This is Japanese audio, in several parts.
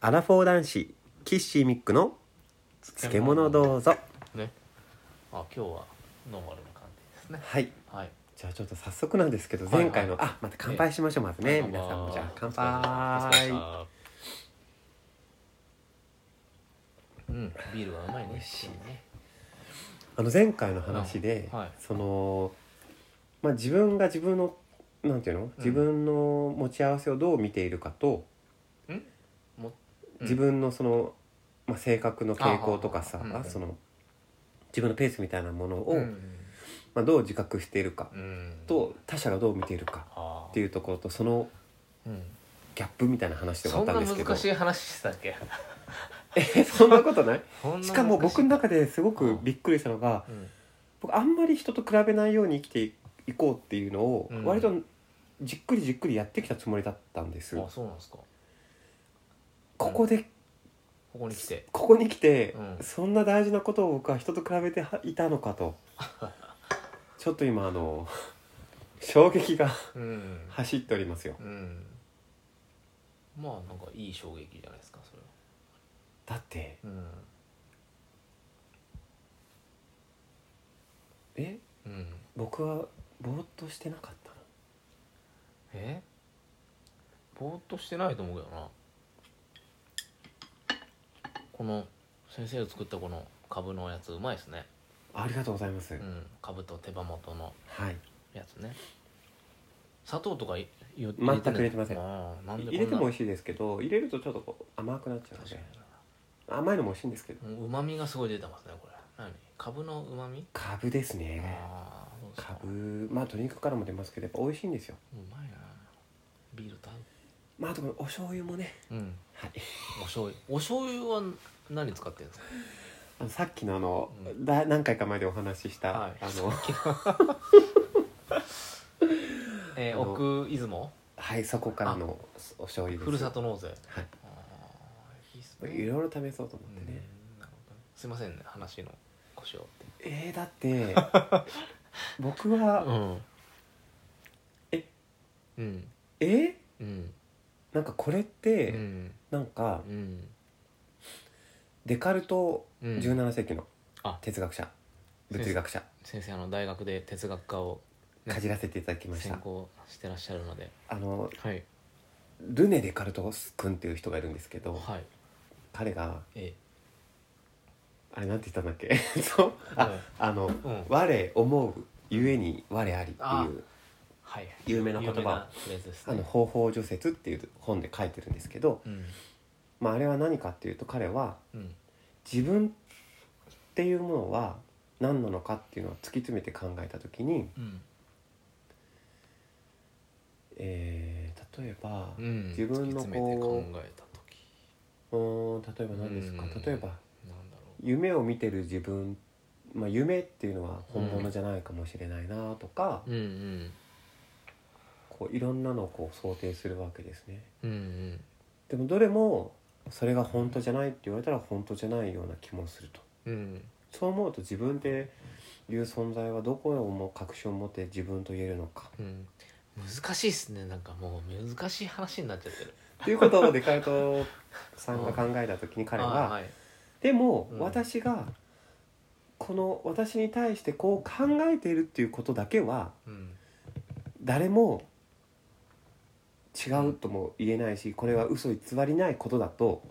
アラフォー男子キッシーミックの漬物どうぞねあ今日はノーマルな感じですねはいはいじゃあちょっと早速なんですけどはいはい前回の、あまた乾杯しましょうまずね、皆さんもじゃあ乾杯うんビールはうまいね美味しいあの前回の話で、うんはいそのまあ自分が自分のなんていうの自分の持ち合わせをどう見ているかと、も自分のその、まあ、性格の傾向とかさあははうんその自分のペースみたいなものを、うんまあ、どう自覚しているかうんと他者がどう見ているかあーっていうところとそのうんギャップみたいな話で終わそっんたなんですけど難しい話してたっけえそんなことないそんな難いしかも僕の中ですごくびっくりしたのがうん僕あんまり人と比べないように生きていこうっていうのをうん割とじっくりじっくりやってきたつもりだったんです、あそうなんですかここでここに来てここに来て、うんそんな大事なことを僕は人と比べてはいたのか とちょっと今あの衝撃がうん走っておりますようんまあなんかいい衝撃じゃないですかそれはだってうんえうん僕はぼーっとしてなかったのえぼーっとしてないと思うけどなこの先生が作ったこの株のやつうまいですねありがとうございます、うん株と手羽元のはいやつね砂糖とかい入全く入れてませんあーなんでこんな入れても美味しいですけど入れるとちょっとこう甘くなっちゃうの確かで甘いのも美味しいんですけどにうまみがすごい出てますねこれ何株のうまみカブですあねあーそうですカかブまあ鶏肉からも出ますけどやっぱ美味しいんですようまいなビールと合まああとこのお醤油もねううんはいお醤油お醤油は何使ってるんですかあのさっきのあの、うんだ何回か前でお話しした、はいあ のえー、あの奥出雲はいそこからのお醤油ですふるさと納税はいあーいいっすねいろいろ試そうと思うっんてね、なるほどすいませんね話の腰をってえー、だって 僕は、んえうんえうんなんかこれっうて、んなんかうんデカルトうん17世紀のあ哲学者、物理学者先生あの大学で哲学科をねかじらせていただきまし専た、攻してらっしゃるのであのはいルネ・デカルト君っていう人がいるんですけど、はい彼がえあれなんて言ったんだっけ そうあ、はいあのえうん「我思うゆえに我あり」ってあいうはい有名な言葉有名なフレーズで「すあのね方法除雪」っていう本で書いてるんですけど、うんまあ、あれは何かっていうと彼はうん自分っていうものは何なのかっていうのを突き詰めて考えた時に、うんえー例えばう、ん自分の突き詰めてこう考えた時うーん例えば何ですか、うん例えばなんだろ夢を見てる自分、まあ、夢っていうのは本物じゃないかもしれないなとか、ううんこういろんなのをこう想定するわけですね。うんうんうんでもどれもそれが本当じゃないって言われたら本当じゃないような気もするとうんそう思うと自分っていう存在はどこをも確証を持って自分と言えるのかうん難しいっすねなんかもう難しい話になっちゃってるっていうことをデカルトさんが考えた時に彼あーははいでもうん私がこの私に対してこう考えているっていうことだけはうん誰も違うとも言えないしこれは嘘偽りないことだと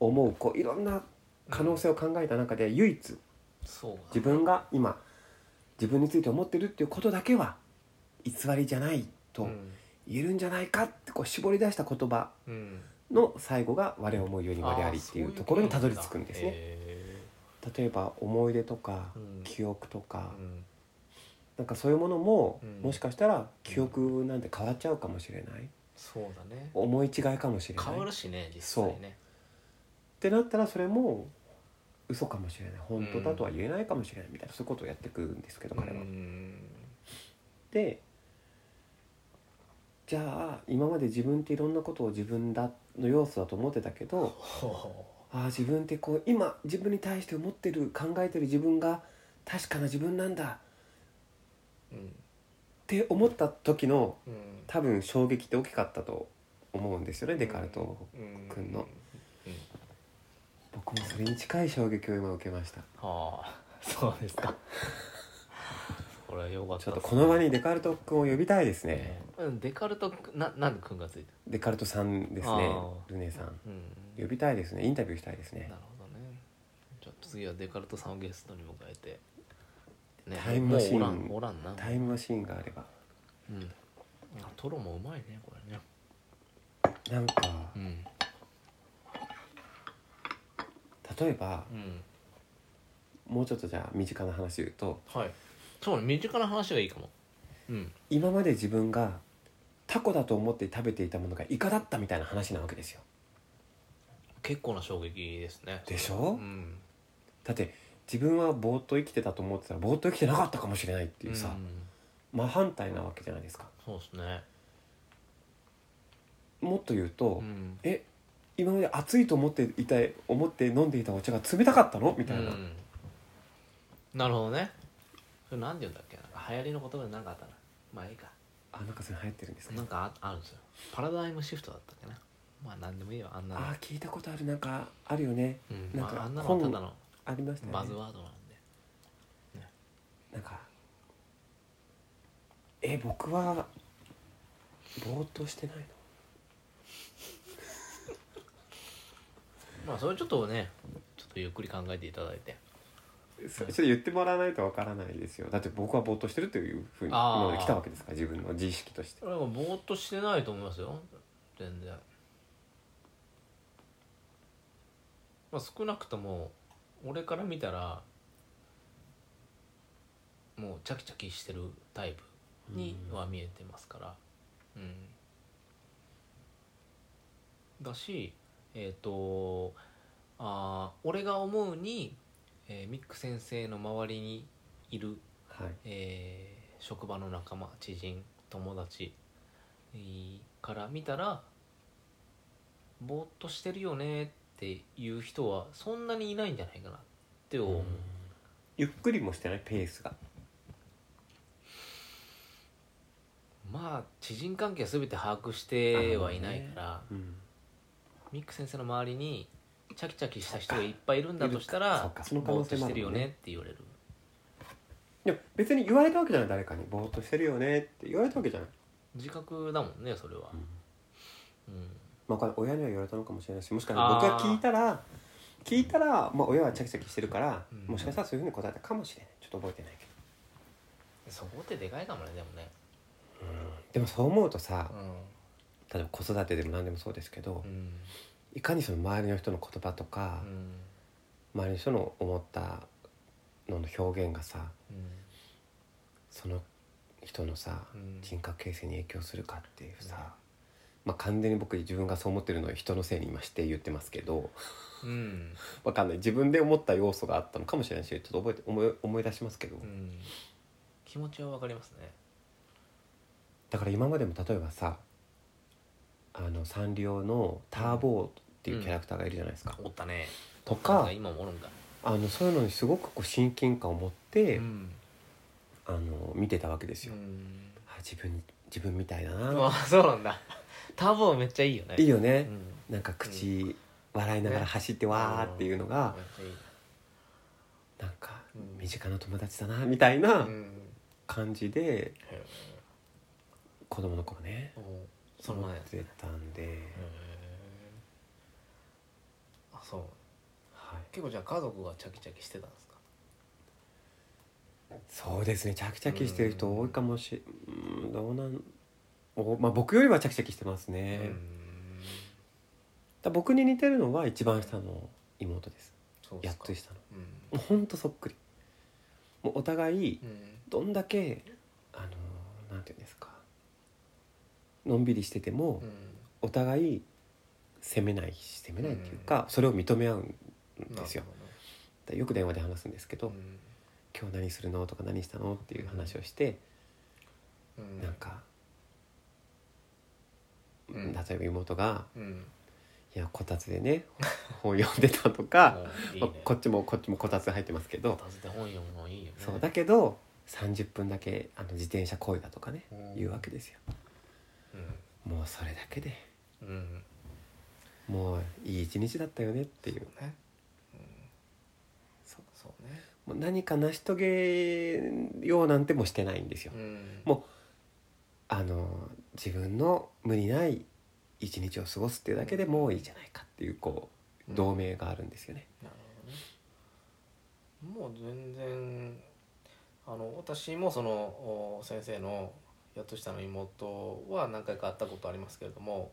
思うこういろんな可能性を考えた中で唯一そうか自分が今自分について思ってるっていうことだけは偽りじゃないとうん言えるんじゃないかってこう絞り出した言葉うんの最後が「我を思うように我あり」あーっていそうういうところにたどり着くんですね。へ例えば思い出とかーうん記憶とかうんなんかそういうものもうんもしかしたら記憶なんて変わっちゃうかもしれないそうだね思い違いかもしれない変わっるしね実際ねてなったらそれも嘘かもしれない本当だとは言えないかもしれないみたいなそういうことをやっていくんですけど彼はう。んでじゃあ今まで自分っていろんなことを自分だの要素だと思ってたけどほああ自分ってこう今自分に対して思ってる考えてる自分が確かな自分なんだううんって思った時のうん多分衝撃って大きかったと思うんですよね、デカルトく君の僕もそれに近い衝撃を今受けましたはあそうですかこれはよかったちょっとこの場ににデカルト君を呼びたいですね、デカルトななんで君がついたデカルトさんですねあールネさんうん呼びたいですねインタビューしたいですなねるほどねちょっと次はデカルトさんをゲストに迎えてねタイムマシーンもうおらんおらんなタイムマシーンがあればうんあトロもうまいねこれねなんかうん例えばうんもうちょっとじゃあ身近な話言うとはいそうね身近な話がいいかもうん今まで自分がタコだと思って食べていたものがイカだったみたいな話なわけですよ結構な衝撃ですねでしうょ、んだって自分はぼーっと生きてたと思ってたらぼーっと生きてなかったかもしれないっていうさ、ん真反対なわけじゃないですかそうですねもっと言うと、うんえ今まで暑いと思っていた思って飲んでいたお茶が冷たかったのみたいな、うんなるほどねそれなんて言うんだっけなんか流行りの言葉で何かあったなまあいいかあなんかそれ流行ってるんですかなんかああるんですよパラダイムシフトだったっけなまあ何でもいいよあんなのあー聞いたことあるなんかあるよねうんなんかまあ、あんなのは本ただのありましたよねバズワードなんで、なんかえ僕はぼーっとしてないのまあそれちょっとねちょっとゆっくり考えていただいてそれちょっと言ってもらわないとわからないですよだって僕はぼーっとしてるというふうにあー今まで来たわけですから自分の自意識として俺もぼーっとしてないと思いますよ全然まあ少なくとも俺から見たらもうチャキチャキしてるタイプには見えてますからうん、だしえっ、とあー俺が思うに、えーミック先生の周りにいるはいえー職場の仲間知人友達えーから見たらぼーっとしてるよねっていう人はそんなにいないんじゃないかなって思う、ゆっくりもしてないペースがまあ知人関係は全て把握してはいないから、うんミック先生の周りにチャキチャキした人がいっぱいいるんだとしたらそっかその可ぼー能っと性もしあてるるもよんねっねて言われるでも別に言われたわけじゃない誰かにぼーっとしてるよねって言われたわけじゃない、自覚だもんねそれは、うん、まあ、これ親には言われたのかもしれないしもしかしあーたら僕が聞いたら聞いたら、まあ、親はチャキチャキしてるから、うんもしかしたらそういうふうに答えたかもしれないちょっと覚えてないけそこってでかいかもねでもねど、でもそう思うとさう例えば子育てでも何でもそうですけど、んいかにその周りの人の言葉とうか、ん周りの人の思ったのの表現がさうんその人のさ、うん人格形成に影響するかっていうさ、まあ、完全に僕自分がそう思ってるのを人のせいに今して言ってますけど。うんわかんない自分で思った要素があったのかもしれないしちょっと覚えて思い思い出しますけど、うん気持ちはわかりますねだから今までも例えばさあのサンリオのターボーっていうキャラクターがいるじゃないですか、おったねとなんかか今もおるんかあのそういうのにすごくこう親近感を持って、うんあの見てたわけですよ、うんあ自分自分みたいだな、あそうなんだターボめっちゃいいよねいいよよねう、んなんか口、笑いながら走ってわーっていうのが、めっちゃいいなんかうん身近な友達だなみたいなうん感じで、へ子供の頃ねえおその思前っへてたんで、えあそうはい結構じゃあ家族がチャキチャキしてたんですかそうですねチャキチャキしてる人多いかもしれんどうなんおまあ僕よりはチャキチャキしてますね、うんだ僕に似てるのは一番下の妹ですそうやすっかとしたのうんもうほんとそっくりもうお互いうんどんだけあのなんていうんですかのんびりしててもうんお互い責めないし責めないっていうかそれを認め合うんですよなるだよく電話で話すんですけほどどね「今日何するの?」とか「何したの?」っていう話をしてうんうんなんか、うん例えば妹がうん「いやこたつでね 本読んでた」とかうんいいまあねこっちもこっちもこたつ入ってますけど、立てて本読むのいいよねそうだけど30分だけあの自転車こいだとかね、うん言うわけですようんもうそれだけでうんもういい一日だったよねっていうね、うん、そうそうねもう何か成し遂げようなんてもしてないんですよ、うんもうあの自分の無理ない一日を過ごすっていうだけでもういいじゃないかっていうこううん同盟があるんですよね、なるほどねもう全然あの私もそのお先生のやっとしたの妹は何回か会ったことありますけれども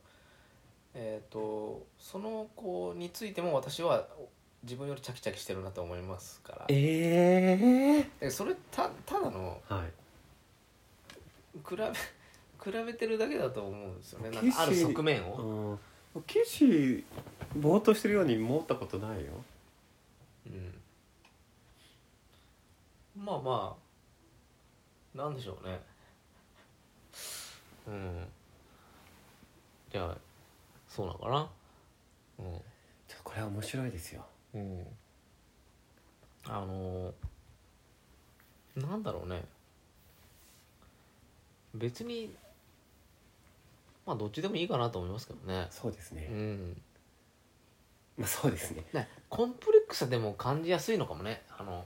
えっ、とその子についても私はお自分よりチャキチャキしてるなと思いますからえええそれたただのはい比べ比べて るだけだと思うんですよねもうなんかある決して側面を、うんケシぼーっとしてるように思ったことないようん、まあまあなんでしょうねうんじゃあそうなのかなちょっとこれは面白いですようん、うん、あのなんだろうね別にまあどっちでもいいかなと思いますけどねそうですね、うんまあそうですねねコンプレックスでも感じやすいのかもねあの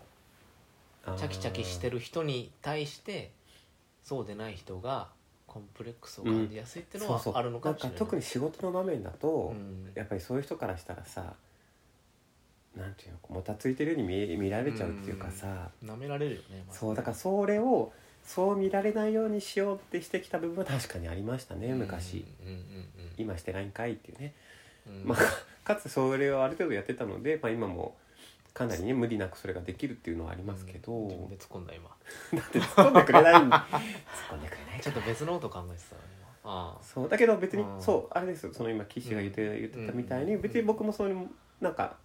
あーチャキチャキしてる人に対してそうでない人がコンプレックスを感じやすいっていうのはそうそうあるのかもしれんない、特に仕事の場面だと、うんやっぱりそういう人からしたらさなんていうのこうもたついてるように見え見られちゃうっていうかさ、舐められるよね、まずそうだからそれをそう見られないようにしようってしてきた部分は確かにありましたね昔、うんうんうん今してないんかいっていうね、うんうんまあ かつそれをある程度やってたので、まあ、今もかなりね無理なくそれができるっていうのはありますけど、うん自分で突っ込んだ今だって突っ込んでくれ ないん突っ込んでくれないちょっと別のこと考えてたわ今ああそうだけど別に、うんそうあれですよその今岸が言って,、言ってたみたいにうん別に僕もそういうなんか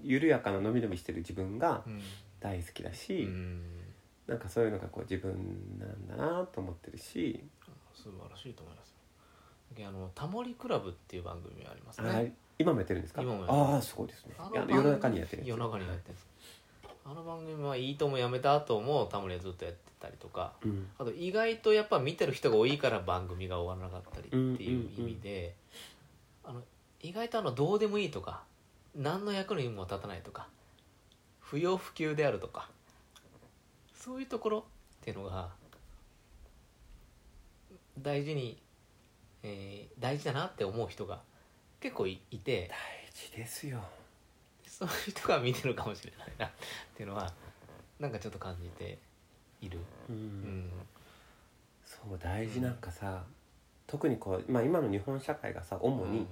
緩やかなのびのびしてる自分がうん大好きだうし、んなんかそういうのがこう自分なんだなと思ってるし、素晴らしいと思いますであの「タモリクラブ」っていう番組ありますね、あ今もやってるんですか今もやってますああすごいですねあのいや番組夜中にやってるやつ夜中にやってるやつあの番組は「いいとも」やめた後もタモリはずっとやってたりとかうんあと意外とやっぱ見てる人が多いから番組が終わらなかったりっていう意味で、あの意外とあのどうでもいいとか何の役にも立たないとか不要不急であるとかそういうところっていうのが大事に、えー大事だなって思う人が結構いいて大事ですよそういう人が見てるかもしれないなっていうのはなんかちょっと感じている。うん、うんそう大事なんかさ、特にこう、まあ、今の日本社会がさ主うんに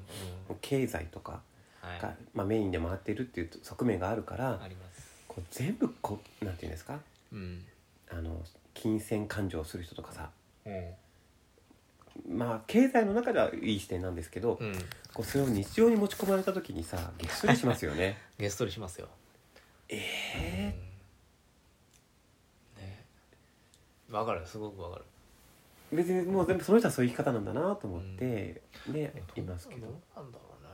経済とかはいが、まあ、メインで回ってるっていう側面があるから、ありますこう全部こうなんていうんですかうんあの金銭勘定をする人とかさうんまあ経済の中ではいい視点なんですけど、うんこうそれを日常に持ち込まれた時にさげっそりしますよ ねゲストリしますよえうんねわかるすごくわかるー別にもう全部その人はそういう生き方なんだなと思って、ねいますけどどうなんだろうね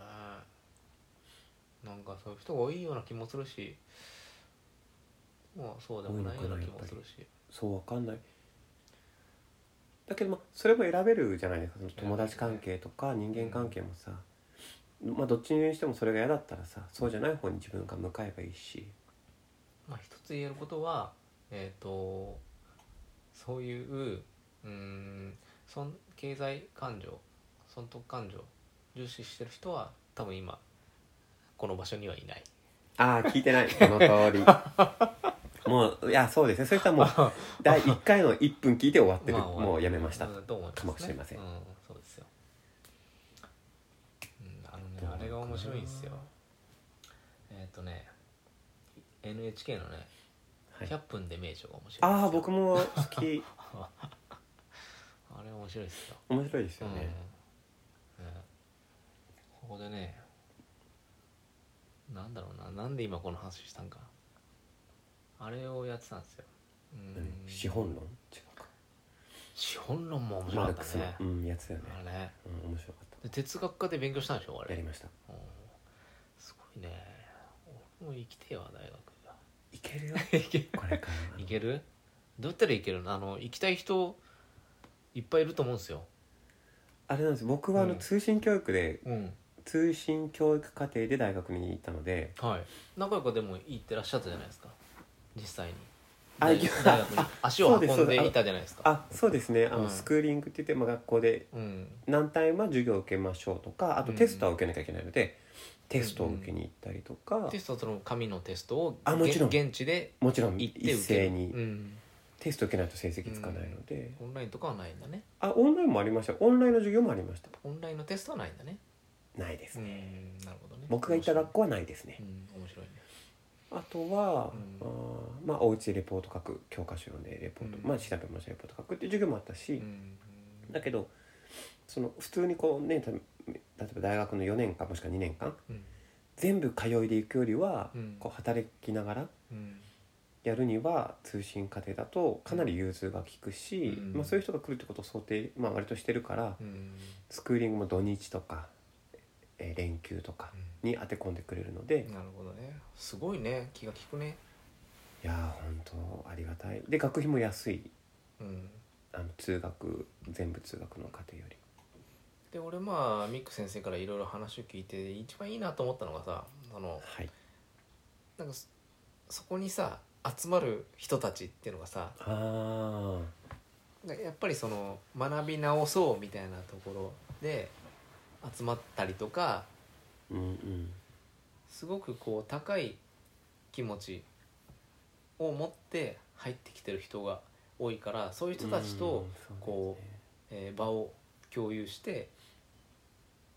なんかそういう人が多いような気もするしまあそうでもないような気もするしそうわかんないだけどまあそれも選べるじゃないですかその友達関係とか人間関係もさ、まあどっちにしてもそれが嫌だったらさそうじゃない方に自分が向かえばいいしまあ一つ言えることはえっ、とそういううーんそん経済感情損得感情重視してる人は多分今この場所にはいないああ聞いてないその通り もういやそうですねそうしたらもう 第1回の1分聞いて終わってる、まあもうやめました、うんと思いますかもしれませんうん、そうですよ、うん、あのねあれが面白いんですよえっ、とね NHK のね「はい100分で名著」が面白いああ僕も好きあれ面白いですよ面白いですよね、うんうんここでねなんだろうななんで今この話したんかあれをやってたんですよ、うんうん資本論違うか資本論も面マ白かルっクスたの、ねうん、やつだよね、あれうん、面白かっで哲学科で勉強したんでしょあたやりれましたうんすごいね俺も行きてえわ大学 いけるよ行これから行けるどうやったら行けるのあの行きたい人いっぱいいると思うんですよあれなんです僕はあのうん通信教育で、うん通信教育課程で大学に行ったのではい仲良くでも行ってらっしゃったじゃないですか実際にあ大行きま大学に足を運んでいたじゃないですかあそうですねあの、うんスクーリングって言って、まあ、学校でうん何単位は授業を受けましょうとかあとうんテストは受けなきゃいけないので、テストを受けに行ったりとか、テストはその紙のテストをあもちろんげ現地でもちろん行って一受け斉るにうんテスト受けないと成績つかないので、オンラインとかはないんだねあオンラインもありましたよオンラインの授業もありましたオンラインのテストはないんだねないですうね、んなるほどね僕が行った学校校はないですねう、ん面白いねあとは、うあーまあお家でレポート書く教科書読んでレポート、うんまあ調べましたレポート書くっていう授業もあったし、うんだけどその普通にこうねた例えば大学の4年間もしくは2年間うん全部通いでいくよりは、うんこう働きながらうんやるには通信課程だとかなり融通が利くし、うんまあ、そういう人が来るってことを想定、まあ、割としてるから、うんスクーリングも土日とか、えー連休とかに当て込んでくれるので、いなるほどねすごいね気が利くねやー本当ありがたいで学費も安いうんあの通学全部通学の課程よりで俺まあミック先生からいろいろ話を聞いて一番いいなと思ったのがさあのはいなんかそそこにさ集まる人たちっていうのがさあなんかやっぱりその学び直そうみたいなところで集まったりとかうんうんすごくこう高い気持ちを持って入ってきてる人が多いからそういう人たちと、こえー場を共有して、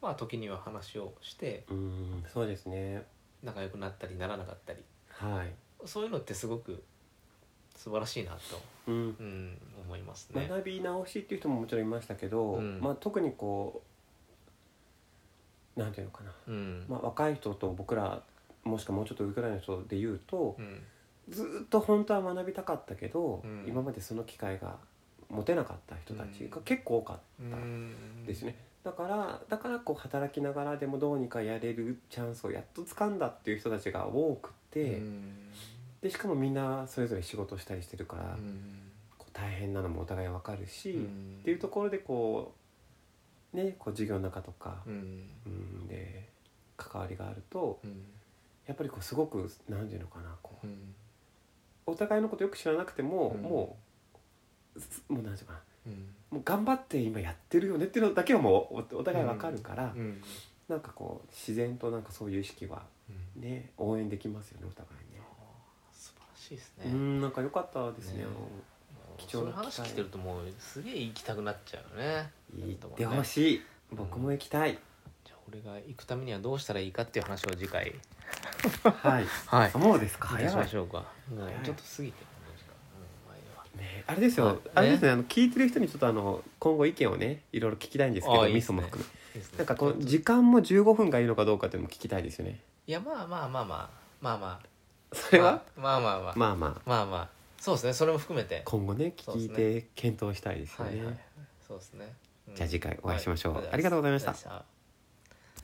まあ、時には話をしてうんうんそうですね仲良くなったりならなかったりはいそういうのってすごく素晴らしいなと、うんうん、思いますね。学び直しっていう人ももちろんいましたけど、うんまあ特にこうなんていうのかな、うんまあ、若い人と僕らもしくはもうちょっと上くらいの人で言うとう、んずーっと本当は学びたかったけど、うん今までその機会が持てなかった人たちが結構多かったですね、だからだからこう働きながらでもどうにかやれるチャンスをやっと掴んだっていう人たちが多くて、うんでしかもみんなそれぞれ仕事したりしてるから、うんこう大変なのもお互いわかるし、うんっていうところでこうねこう授業の中とかう、んうん、で関わりがあるとうんやっぱりこうすごく何て言うのかなこううんお互いのことよく知らなくても、うんもうすもう何て言うのかなうんもう頑張って今やってるよねっていうのだけはもうおお互いわかるから、うんなんかこう自然となんかそういう意識はうんね応援できますよねお互いね。素晴らしいですねう。んなんか良かったですねねあのもう貴重な機会そういう話聞いてるともうすげえ行きたくなっちゃうよね。行ってほしい僕も行きたい、じゃあ俺が行くためにはどうしたらいいかっていう話は次回はい はいあもうですか早いたしまいしょうか。もう早いちょっと過ぎてるこの時間うんまあいいわね、あれですよ、はいあれですねあの聞いてる人にちょっとあの今後意見をねいろいろ聞きたいんですけあどあいいミですスねも含めいいですねなんかこの時間も15分がいいのかどうかっていうのも聞きたいですよねいやまあまあまあまあまあまあそれは、まあまあまあままああまあまあまあそうですねそれも含めて今後ねそうで聞いすねて検討したいですよはねいはいそうですねうんじゃあ次回お会いしましょうはありがとうございましたありがとうございました